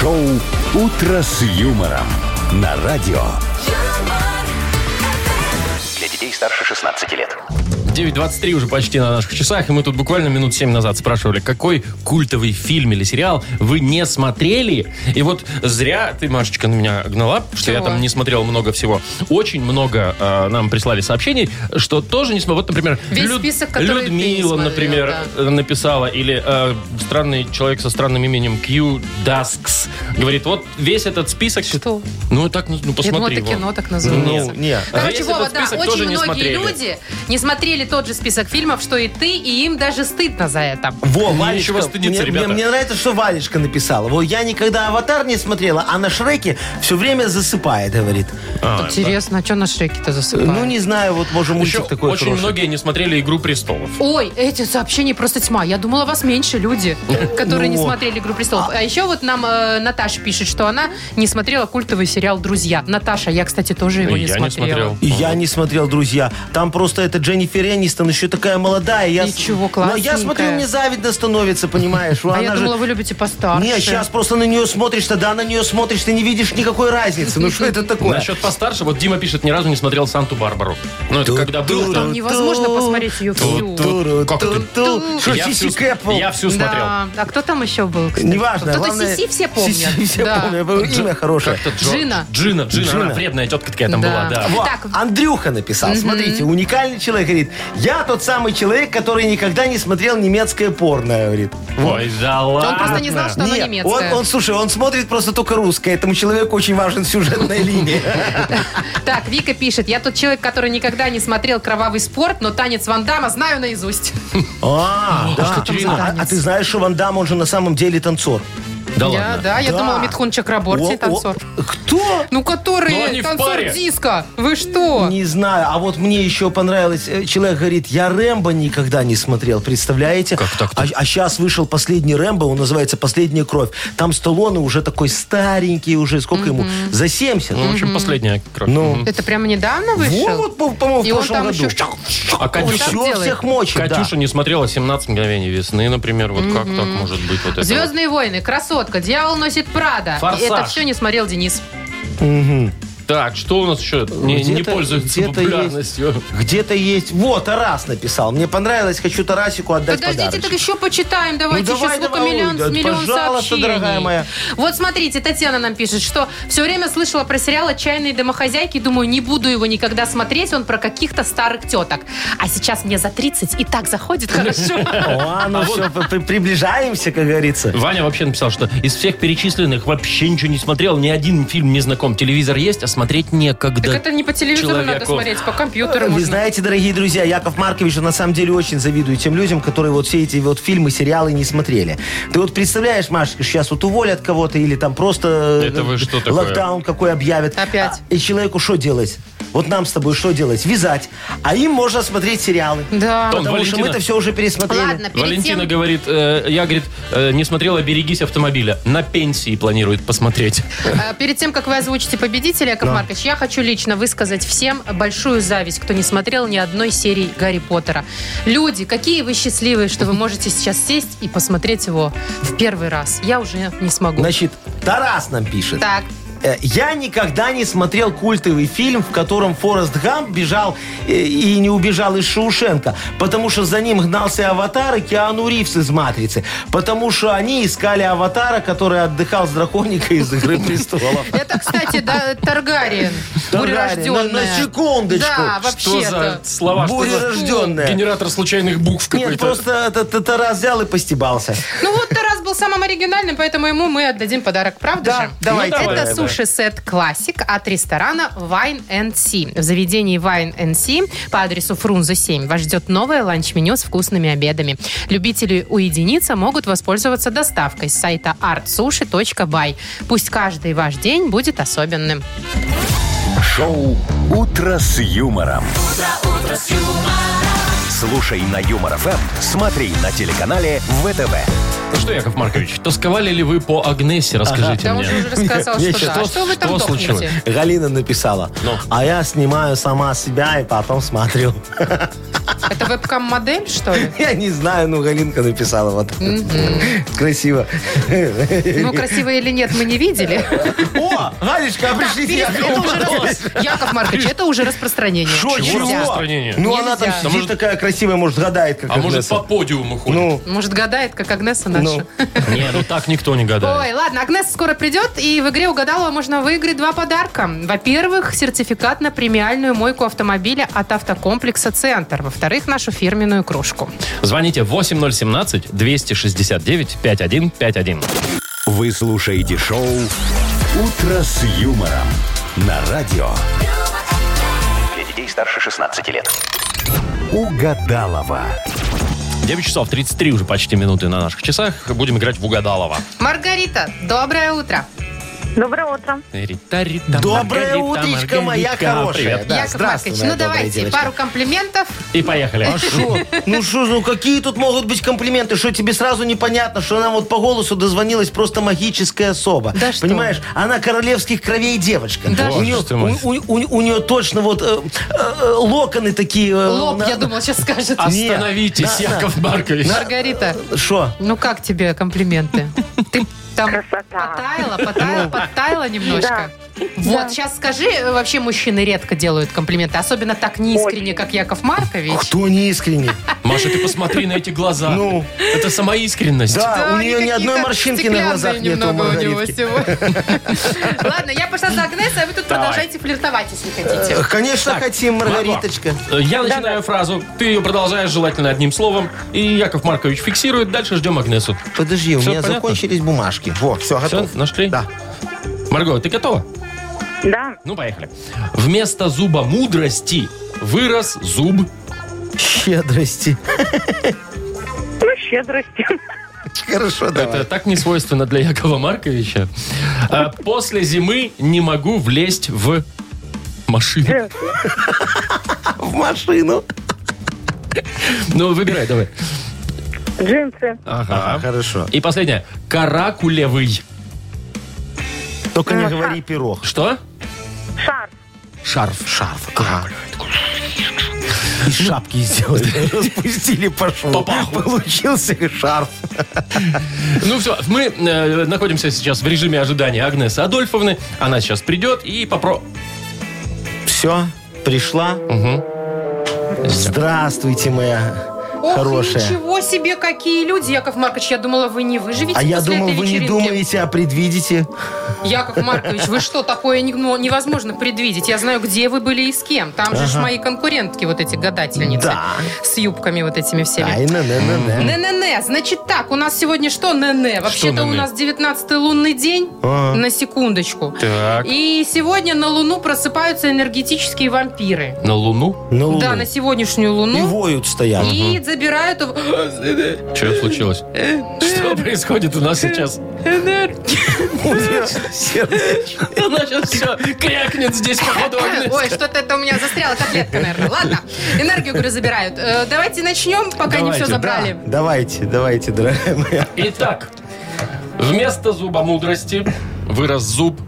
Шоу «Утро с юмором» на радио. Для детей старше 16 лет. 9.23 уже почти на наших часах, и мы тут буквально минут 7 назад спрашивали, какой культовый фильм или сериал вы не смотрели? И вот зря ты, Машечка, на меня гнала, что я Чего? там не смотрел много всего. Очень много э, нам прислали сообщений, что тоже не смотрел. Вот, например, Весь список, который ты не Людмила, смотрел, например, э, написала, или э, странный человек со странным именем Q Daskс говорит, вот весь этот список... Что? Ну, так, ну, посмотри. Я думала, это Вов. кино так называется. Ну, не. Короче, Весь Вова, этот да, список очень тоже не многие смотрели. люди не смотрели посмотрели тот же список фильмов, что и ты, и им даже стыдно за это. Во, Мне Валечка, нечего стыдиться, мне, ребята. мне- мне нравится, что Валечка написала. Во, я никогда «Аватар» не смотрела, а на «Шреке» все время засыпает, говорит. Интересно, а что на Шреке-то засыпают? Ну, не знаю, вот, может, мультик Еще такой очень хороший. многие не смотрели «Игру престолов». Ой, эти сообщения просто тьма. Я думала, вас меньше люди, которые не Ну. смотрели «Игру престолов». А еще вот нам э, Наташа пишет, что она не смотрела культовый сериал «Друзья». Наташа, я, кстати, тоже его И не я не смотрела. смотрел. И я не смотрел, друзья. Там просто это Дженнифер Энистон еще такая молодая. Я с- Ничего, Но я смотрю, классненькая. мне завидно становится, понимаешь? А Она я же- думала, вы любите постарше. Не, сейчас просто на нее смотришь, тогда на нее смотришь, ты не видишь никакой разницы. Ну что это такое? Насчет постарше, вот Дима пишет, ни разу не смотрел «Санту-Барбару». Ну, это когда было, там... Там невозможно посмотреть ее всю. Ту-ру, Как ту-ту. Что, Я Сиси всю, Кэппл? я всю смотрел. Да. А кто там еще был? кстати? Неважно. Кто-то главное, Сиси все помнят. Сиси все Да. помнят. Было Имя хорошее. Как-то Джо- Джина. Джина, Джина, она Джина. вредная тетка такая там Да. была, да. Во, Так. Андрюха написал. Смотрите, уникальный человек. Говорит, я тот самый человек, который никогда не смотрел немецкое порно. Говорит. Ой, да ладно. Он просто не знал, что оно Не, немецкое. Он, он, слушай, он смотрит просто только русское. Этому человеку очень важен сюжетная линия. Так, Вика пишет, я тот человек, который никогда не смотрел кровавый спорт, но танец Ван Дамма знаю наизусть. А, да. А а ты знаешь, что Ван Дам, он же на самом деле танцор. Да Я- ладно. Да, я Да. думала, Митхун Чакраборти О, танцор. о, Кто? Ну, Но которые они в танцор паре. диско. Вы что? Не знаю, а вот мне еще понравилось. э, Человек говорит, я Рэмбо никогда не смотрел, представляете? Как так-то? А, сейчас вышел последний Рэмбо, он называется «Последняя кровь». Там Сталлоне уже такой старенький, уже сколько ему? За 70? Ну, в общем, последняя кровь. Ну, Это прямо недавно Во, вышел? вот, по- по-моему, И в он прошлом там году. еще- А Он Катюша, так всё делает. всех мочит, да. Катюша не смотрела 17 мгновений весны, например. Вот как так может быть? Вот это Звездные войны, красотка, дьявол носит Прада. Форсаж. Это все не смотрел Денис. вот? Так, что у нас еще? Не, не Где-то- пользуется где-то популярностью. Где-то есть... Вот, Тарас написал. Мне понравилось, хочу Тарасику отдать Подождите, подарочек. Ну, так еще почитаем. Давайте давай, еще сколько давай, миллион, Ольга, миллион пожалуйста, сообщений. дорогая моя. Вот смотрите, Татьяна нам пишет, что все время слышала про сериал «Отчаянные домохозяйки». Думаю, не буду его никогда смотреть. Он про каких-то старых теток. А сейчас мне за 30 и так заходит хорошо. О, А ну все, приближаемся, как говорится. Ваня вообще написал, что из всех перечисленных вообще ничего не смотрел, ни один фильм не знаком. Телевизор есть, а смотреть некогда. Так это не по телевизору надо Человеку. смотреть, по компьютеру Э, Вы можно. знаете, дорогие друзья, Яков Маркович он на самом деле очень завидует тем людям, которые вот все эти вот фильмы, сериалы не смотрели. Ты вот представляешь, Машечка, сейчас вот уволят кого-то или там просто э, Это вы что такое? локдаун какой объявят. Опять. А, и человеку что делать? Вот нам с тобой что делать? Вязать. А им можно смотреть сериалы. Да. Том, Потому Валентина. что мы-то все уже пересмотрели. Ладно, перед Валентина тем, говорит, э, я, говорит, э, не смотрела «Берегись автомобиля». На пенсии планирует посмотреть. э, перед тем, как вы озвучите победителя, Яков Маркович, я хочу лично высказать всем большую зависть, кто не смотрел ни одной серии Гарри Поттера. Люди, какие вы счастливые, что вы можете сейчас сесть и посмотреть его в первый раз. Я уже не смогу. Значит, Тарас нам пишет. Так, Э, Я никогда не смотрел культовый фильм, в котором Форест Гамп бежал э, и не убежал из Шаушенка, потому что за ним гнался Аватар и Киану Ривз из «Матрицы», потому что они искали Аватара, который отдыхал с Драконика из «Игры престолов». это, кстати, да, Таргариен. Таргариен, на- на бурерожденная. секундочку. Что Да, за вообще-то. слова? Что Буря за рожденная. генератор случайных букв какой-то? Нет, просто это- это Тарас взял и постебался. Ну вот Тарас был самым оригинальным, поэтому ему мы отдадим подарок, правда Да, же? давайте. Это Ну, давай, давай. суши-сет классик от ресторана Wine and Sea. В заведении Wine and Sea по адресу Фрунзе 7 вас ждет новое ланч-меню с вкусными обедами. Любители уединиться могут воспользоваться доставкой с сайта artsushi.by. Пусть каждый ваш день будет особенным. Шоу «Утро с юмором». Слушай на Юмор ФМ, смотри на телеканале ВТВ. Ну что, Яков Маркович, тосковали ли вы по Агнессе? Расскажите Я мне. уже уже рассказал, что Нечего. да. Что- Что вы там что дохнете? случилось? Галина написала, Ну. а я снимаю сама себя и потом смотрю. Это вебкам-модель, что ли? Я не знаю, ну Галинка написала вот. Красиво. Ну, красиво или нет, мы не видели. О, Галечка, а пришлите Перестань, Якову это уже рас- Яков Маркович, это уже распространение. Шо, Чего чего? распространение? Ну, Нельзя. она там Да сидит может- такая красивая, может, гадает, как А может, Агнеса. по подиуму ходит? Ну, Может, гадает, как Агнеса наша. Не, ну так никто не гадает. Ой, ладно, Агнес скоро придет, и в игре угадала можно выиграть два подарка. Во-первых, сертификат на премиальную мойку автомобиля от автокомплекса «Центр». Во-вторых, нашу фирменную кружку. Звоните 8017-269-5151. Вы слушаете шоу «Утро с юмором» на радио. Для детей старше 16 лет. Угадалова. 9 часов 33 уже почти минуты на наших часах. Будем играть в Угадалова. Маргарита, доброе утро. Доброе утро. Рита, Рита, Доброе Маргарита, утречко, моя Маргарита, хорошая. привет. Да, Яков здравствуй, Маркович, моя ну добрая давайте девочка. пару комплиментов. И поехали. А шо? Ну что, ну какие тут могут быть комплименты? Что тебе сразу непонятно, что нам вот по голосу дозвонилась просто магическая особа. Да что Понимаешь, она королевских кровей девочка. Да у, нее, ты мой. у, у- у нее точно вот э, э, локоны такие. э, а Лоб, на- я думала, сейчас скажет. Остановитесь, Нет. Яков Маркович. Маргарита, Шо? ну как тебе комплименты? Ты там Красота. потаяла, потаяла, Ну, подтаяла немножко. Вот, сейчас скажи, э, вообще мужчины редко делают комплименты, особенно так неискренне, как Яков Маркович. Кто не искренний? Маша, ты посмотри на эти глаза. Ну. Это самоискренность. Да, у они нее ни какие-то одной морщинки на стеклянные глазах нет у немного у него Маргаритки. сегодня. Ладно, я пошла за Агнесой, а вы тут Давай. продолжайте флиртовать, если хотите. Э, Конечно, хотим, Маргариточка. Э, Я начинаю фразу, ты ее продолжаешь желательно одним словом, и Яков Маркович фиксирует, дальше ждем Агнесу. Подожди, у Всё меня понятно? закончились бумажки. Во, все, Все, готов. нашли? Да. Марго, ты готова? Да. Ну, поехали. Вместо зуба мудрости вырос зуб. Щедрости. Ну, щедрости. Хорошо, Это давай. так не свойственно для Якова Марковича. А, После зимы не могу влезть в машину. В машину. Ну, выбирай, давай. Джинсы. Ага. Хорошо. И последнее. Каракулевый. Только не говори пирог. Что? Шар. Шарф. Шарф. Ага. Из шапки сделали. Распустили по шву. Папаху. Получился шарф. Ну все, мы э, находимся сейчас в режиме ожидания Агнесы Адольфовны. Она сейчас придет и попро... Все, пришла. Здравствуйте, моя хорошая. ничего себе, какие люди, Яков Маркович. Я думала, вы не выживете А я после думал, этой вы не вечеринки. думаете, а предвидите. Яков Маркович, вы что, такое не- ну, невозможно предвидеть. Я знаю, где вы были и с кем. Там же ж мои конкурентки, вот эти гадательницы. Да. С юбками вот этими всеми. Ай, на на на на. Не-не-не, значит так, у нас сегодня что не-не? Вообще-то у не-не? нас 19-й лунный день, Ага. на секундочку. Так. И сегодня на Луну просыпаются энергетические вампиры. На Луну? На луну. Да, на сегодняшнюю Ну, И Луну. воют стоят. И забирают... Что случилось? Что происходит у нас сейчас? У меня сердечко. Она сейчас все крякнет здесь, походу, Агнеска. Ой, что-то это у меня застряла таблетка, наверное. Ладно, энергию, говорю, забирают. Э, Давайте начнем, пока не Давайте, все да. забрали. Давайте, давайте, дорогая моя. Итак, вместо зуба мудрости вырос зуб.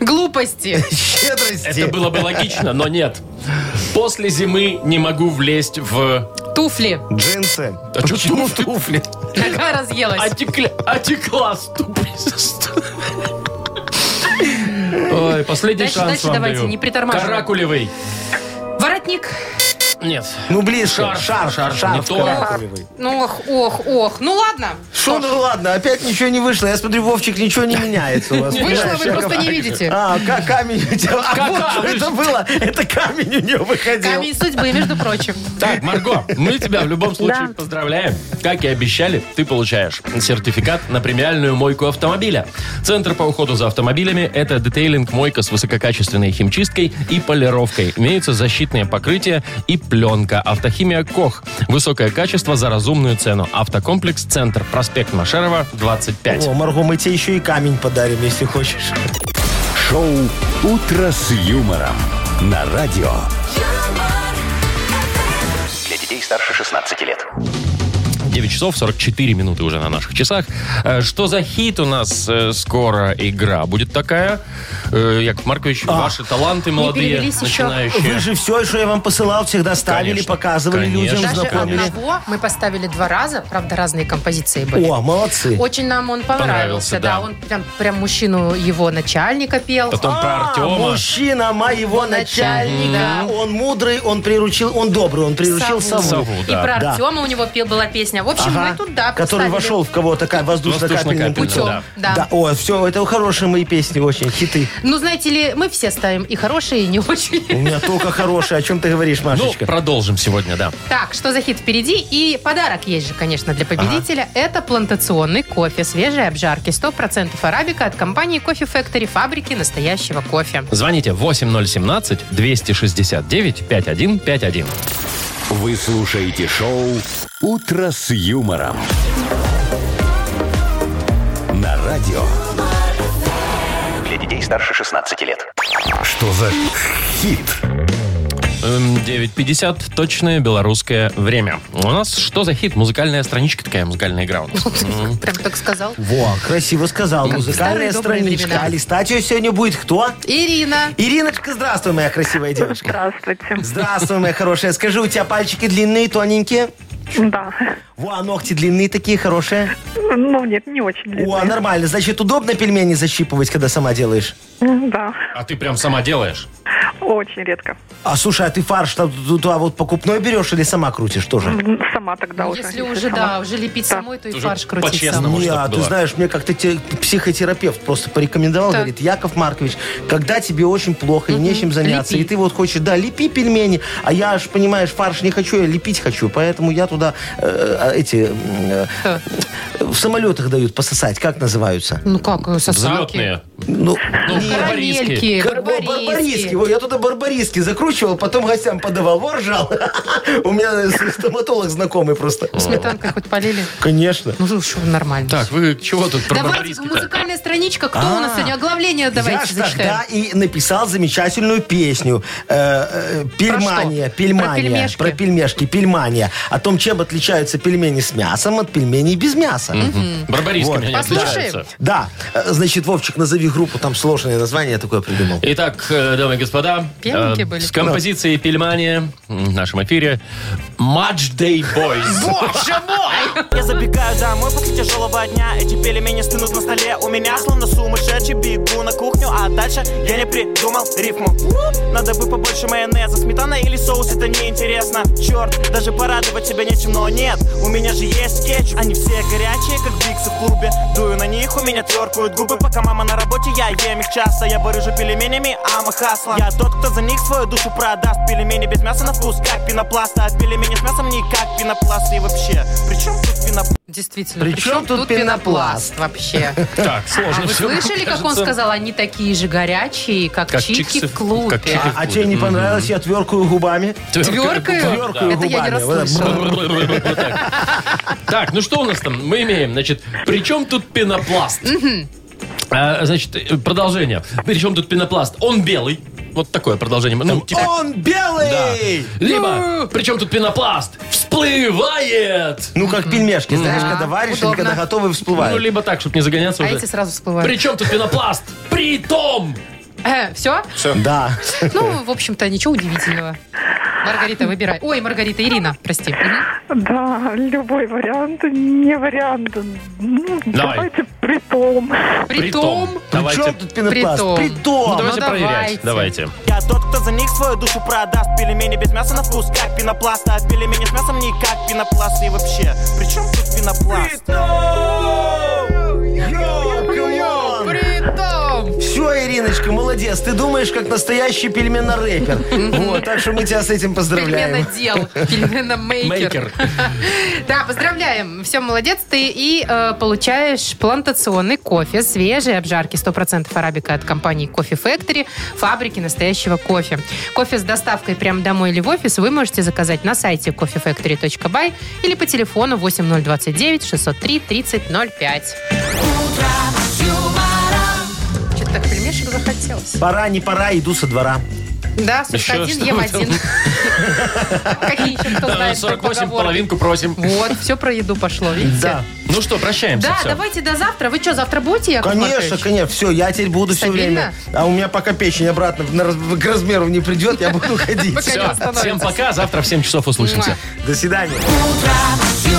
Глупости. Щедрости. Это было бы логично, но нет. После зимы не могу влезть в... Туфли. Джинсы. А чё Почему ты- туфли? Нога разъелась. Отекля... Отекла ступень. Ой, последний Дальше- шанс дальше вам давайте, даю. не притормаживаем. Каракулевый. Воротник. Нет. Ну, ближе. Шар, Шарф, шар, шарф, шар. не шар то. Ну, ох, ох, ох. Ну ладно. Что, ну ладно, опять ничего не вышло. Я смотрю, Вовчик, ничего не меняется у вас. Вышло, понимаешь, вы Яков просто не Маркович? видите. А, как камень у тебя. А Как вот что камень? это было. Это камень у нее выходил. Камень судьбы, между прочим. Так, Марго, мы тебя в любом случае Да. поздравляем. Как и обещали, ты получаешь сертификат на премиальную мойку автомобиля. Центр по уходу за автомобилями – это детейлинг-мойка с высококачественной химчисткой и полировкой. Имеются защитное покрытие и пленка. Автохимия «Кох». Высокое качество за разумную цену. Автокомплекс «Центр». Проспект Машерова, 25. О, Марго, мы тебе еще и камень подарим, если хочешь. Шоу «Утро с юмором» на радио. Для детей старше 16 лет. 9 часов 44 минуты уже на наших часах. Э, Что за хит у нас э, скоро игра будет такая? Э, Яков Маркович, А, ваши таланты молодые, перевелись еще. начинающие. Вы же все, что я вам посылал, всегда ставили, Конечно. показывали Конечно. людям, Даже Даже знакомили. одного мы поставили два раза. Правда, разные композиции были. О, молодцы. Очень нам он понравился. Понравился, да. Да, он прям, прям мужчину его начальника пел. Потом про А, Артема. Мужчина моего начальника. Мгм. Он мудрый, он приручил, он добрый, он приручил Сову. сову. Сову, И да. про Да. Артема у него пел была песня. В общем, Ага. мы туда Который поставили. вошел в кого-то ка- воздушно-капельным Воздушно-капельным, путем. да. Да. Да. О, все, это хорошие мои песни, очень хиты. Ну, знаете ли, мы все ставим и хорошие, и не очень. У меня только хорошие. О чем ты говоришь, Ну, Машечка? продолжим сегодня, да. Так, что за хит впереди? И подарок есть же, конечно, для победителя. Это плантационный кофе свежей обжарки. 100% арабика от компании Coffee Factory, фабрики настоящего кофе. Звоните 8017-269-5151. Вы слушаете шоу «Утро с юмором». На радио. Для детей старше 16 лет. Что за хит? Эм, 9.50, точное белорусское время. У нас что за хит? Музыкальная страничка такая, музыкальная игра у нас. Прям так сказал. Во, красиво сказал. старые Музыкальная добрые страничка. времена. А листать ее сегодня будет кто? Ирина. Ириночка, здравствуй, моя красивая девушка. Здравствуйте. Здравствуй, моя хорошая. Скажи, у тебя пальчики длинные, тоненькие? Да. Во, а ногти длинные такие, хорошие? Ну, нет, не очень О, длинные. нормально. Значит, удобно пельмени защипывать, когда сама делаешь? Да, А ты прям сама делаешь? очень редко. А слушай, а ты фарш там туда а вот покупной берешь или сама крутишь тоже? М, Сама тогда уже. Если уже, да, сама. уже лепить Да. самой, то и Уже фарш крутить по-честному. самой. может, Не, так а ты было. знаешь, мне как-то те- психотерапевт просто порекомендовал, Так. говорит, Яков Маркович, когда тебе очень плохо и нечем заняться, лепи. и ты вот хочешь, да, лепи пельмени, а я аж, понимаешь, фарш не хочу, я лепить хочу, поэтому я туда э, э, эти м, э, Ха. в самолетах дают пососать, как называются? Ну как, э, сосалки. Взлетные. Ну, Ну, не, Карамельки, Кар- во, барбариски. барбариски. Во, я туда барбариски закручивал, потом гостям подавал. Во, ржал. У меня стоматолог знакомый просто. Сметанкой хоть полили? Конечно. Ну, что нормально. Так, вы чего тут про Давайте, барбариски-то? музыкальная страничка. Кто у нас А, сегодня? Оглавление я давайте ж зачитаем. тогда и написал замечательную песню. Э, э, пельмания. что? Про Пельмания. пельмешки? Про пельмешки. Пельмания. О том, чем отличаются пельмени с мясом от пельменей без мяса. Барбариски Вот. меня не Послушаем. отличаются. Да. Э, Значит, Вовчик, назови группу. Там сложное название я такое придумал. Итак, э, дамы и господа, э, Пьяненькие были. с композицией «Пельмания» в нашем эфире «Матч Day Boys». Я забегаю домой после тяжелого дня Эти пельмени стынут на столе У меня словно сумасшедший Бегу на кухню, а дальше я не придумал рифму Надо бы побольше майонеза Сметана или соус, это неинтересно Черт, даже порадовать себя нечем Но нет, у меня же есть кетчуп Они все горячие, как биксы в клубе Дую на них, у меня тверкают губы Пока мама на работе, я ем их часто Я барыжу пельменями, ама хасла Я тот, кто за них свою душу продаст Пельмени без мяса на вкус, как пенопласт А пельмени с мясом не как пенопласт И вообще, при чем тут пенопласт? Действительно. При чем тут пенопласт? вообще? Так, А сложно вы всё, мне слышали, как он кажется. сказал, они такие же горячие, как, Как чики чиксы в клубе. как чики А, а тебе не понравилось, я тверкаю губами. Тверкаю? Тверкаю Это я не губами. Вот так. расслышала. Вот так. Так, ну что у нас там? Мы имеем, значит, при чем тут пенопласт? А, Значит, э, продолжение. При чем тут пенопласт? Он белый. Вот такое продолжение. Ну, типа, Он да. белый! Ну! Либо, при чем тут пенопласт? Всплывает! Ну, как пельмешки, знаешь, Да, когда варишь, они удобно. когда готовы, Ну, всплывают. либо так, чтобы не загоняться А уже. эти сразу всплывают. Э, При чем тут пенопласт? Притом! все? Да. Ну, в общем-то, ничего удивительного. Маргарита, выбирай. Ой, Маргарита, Ирина, прости. Мгм. Да, любой вариант, не вариант. Ну, Давай. Давайте притом. Притом... При Давайте. чем тут пенопласт? Притом. Притом. Давайте Ну, проверять. Давайте. Я тот, кто за них свою душу продаст Пельмени без мяса на вкус, как пенопласт А пельмени с мясом не как пенопласт И вообще, при чем тут пенопласт? Притом! Все, Ириночка, молодец. Ты думаешь, как настоящий пельменорэпер. Вот, так что мы тебя с этим поздравляем. Пельменодел. Пельменомейкер. Мейкер. Да, поздравляем. Все, молодец ты. И э, получаешь плантационный кофе свежей обжарки 100% арабика от компании Coffee Factory, фабрики настоящего кофе. Кофе с доставкой прямо домой или в офис вы можете заказать на сайте coffeefactory.by или по телефону 8029 603 3005. Что-то так пельмешек захотелось. Пора, не пора, иду со двора. Да, сушка Еще один, что ем вы один. Какие еще кто Э, знает, 48, поговорки. половинку просим. Вот, все про еду пошло, видите? Да. Ну что, прощаемся. Да, всё. давайте до завтра. Вы что, завтра будете, Яков Конечно, Маркович? конечно. Все, я теперь буду все Стабильно? время. А у меня пока печень обратно на раз- к размеру не придет, я буду ходить. Пока не Всё, остановится. всем пока. Завтра в 7 часов услышимся. Муа. До свидания. Утро с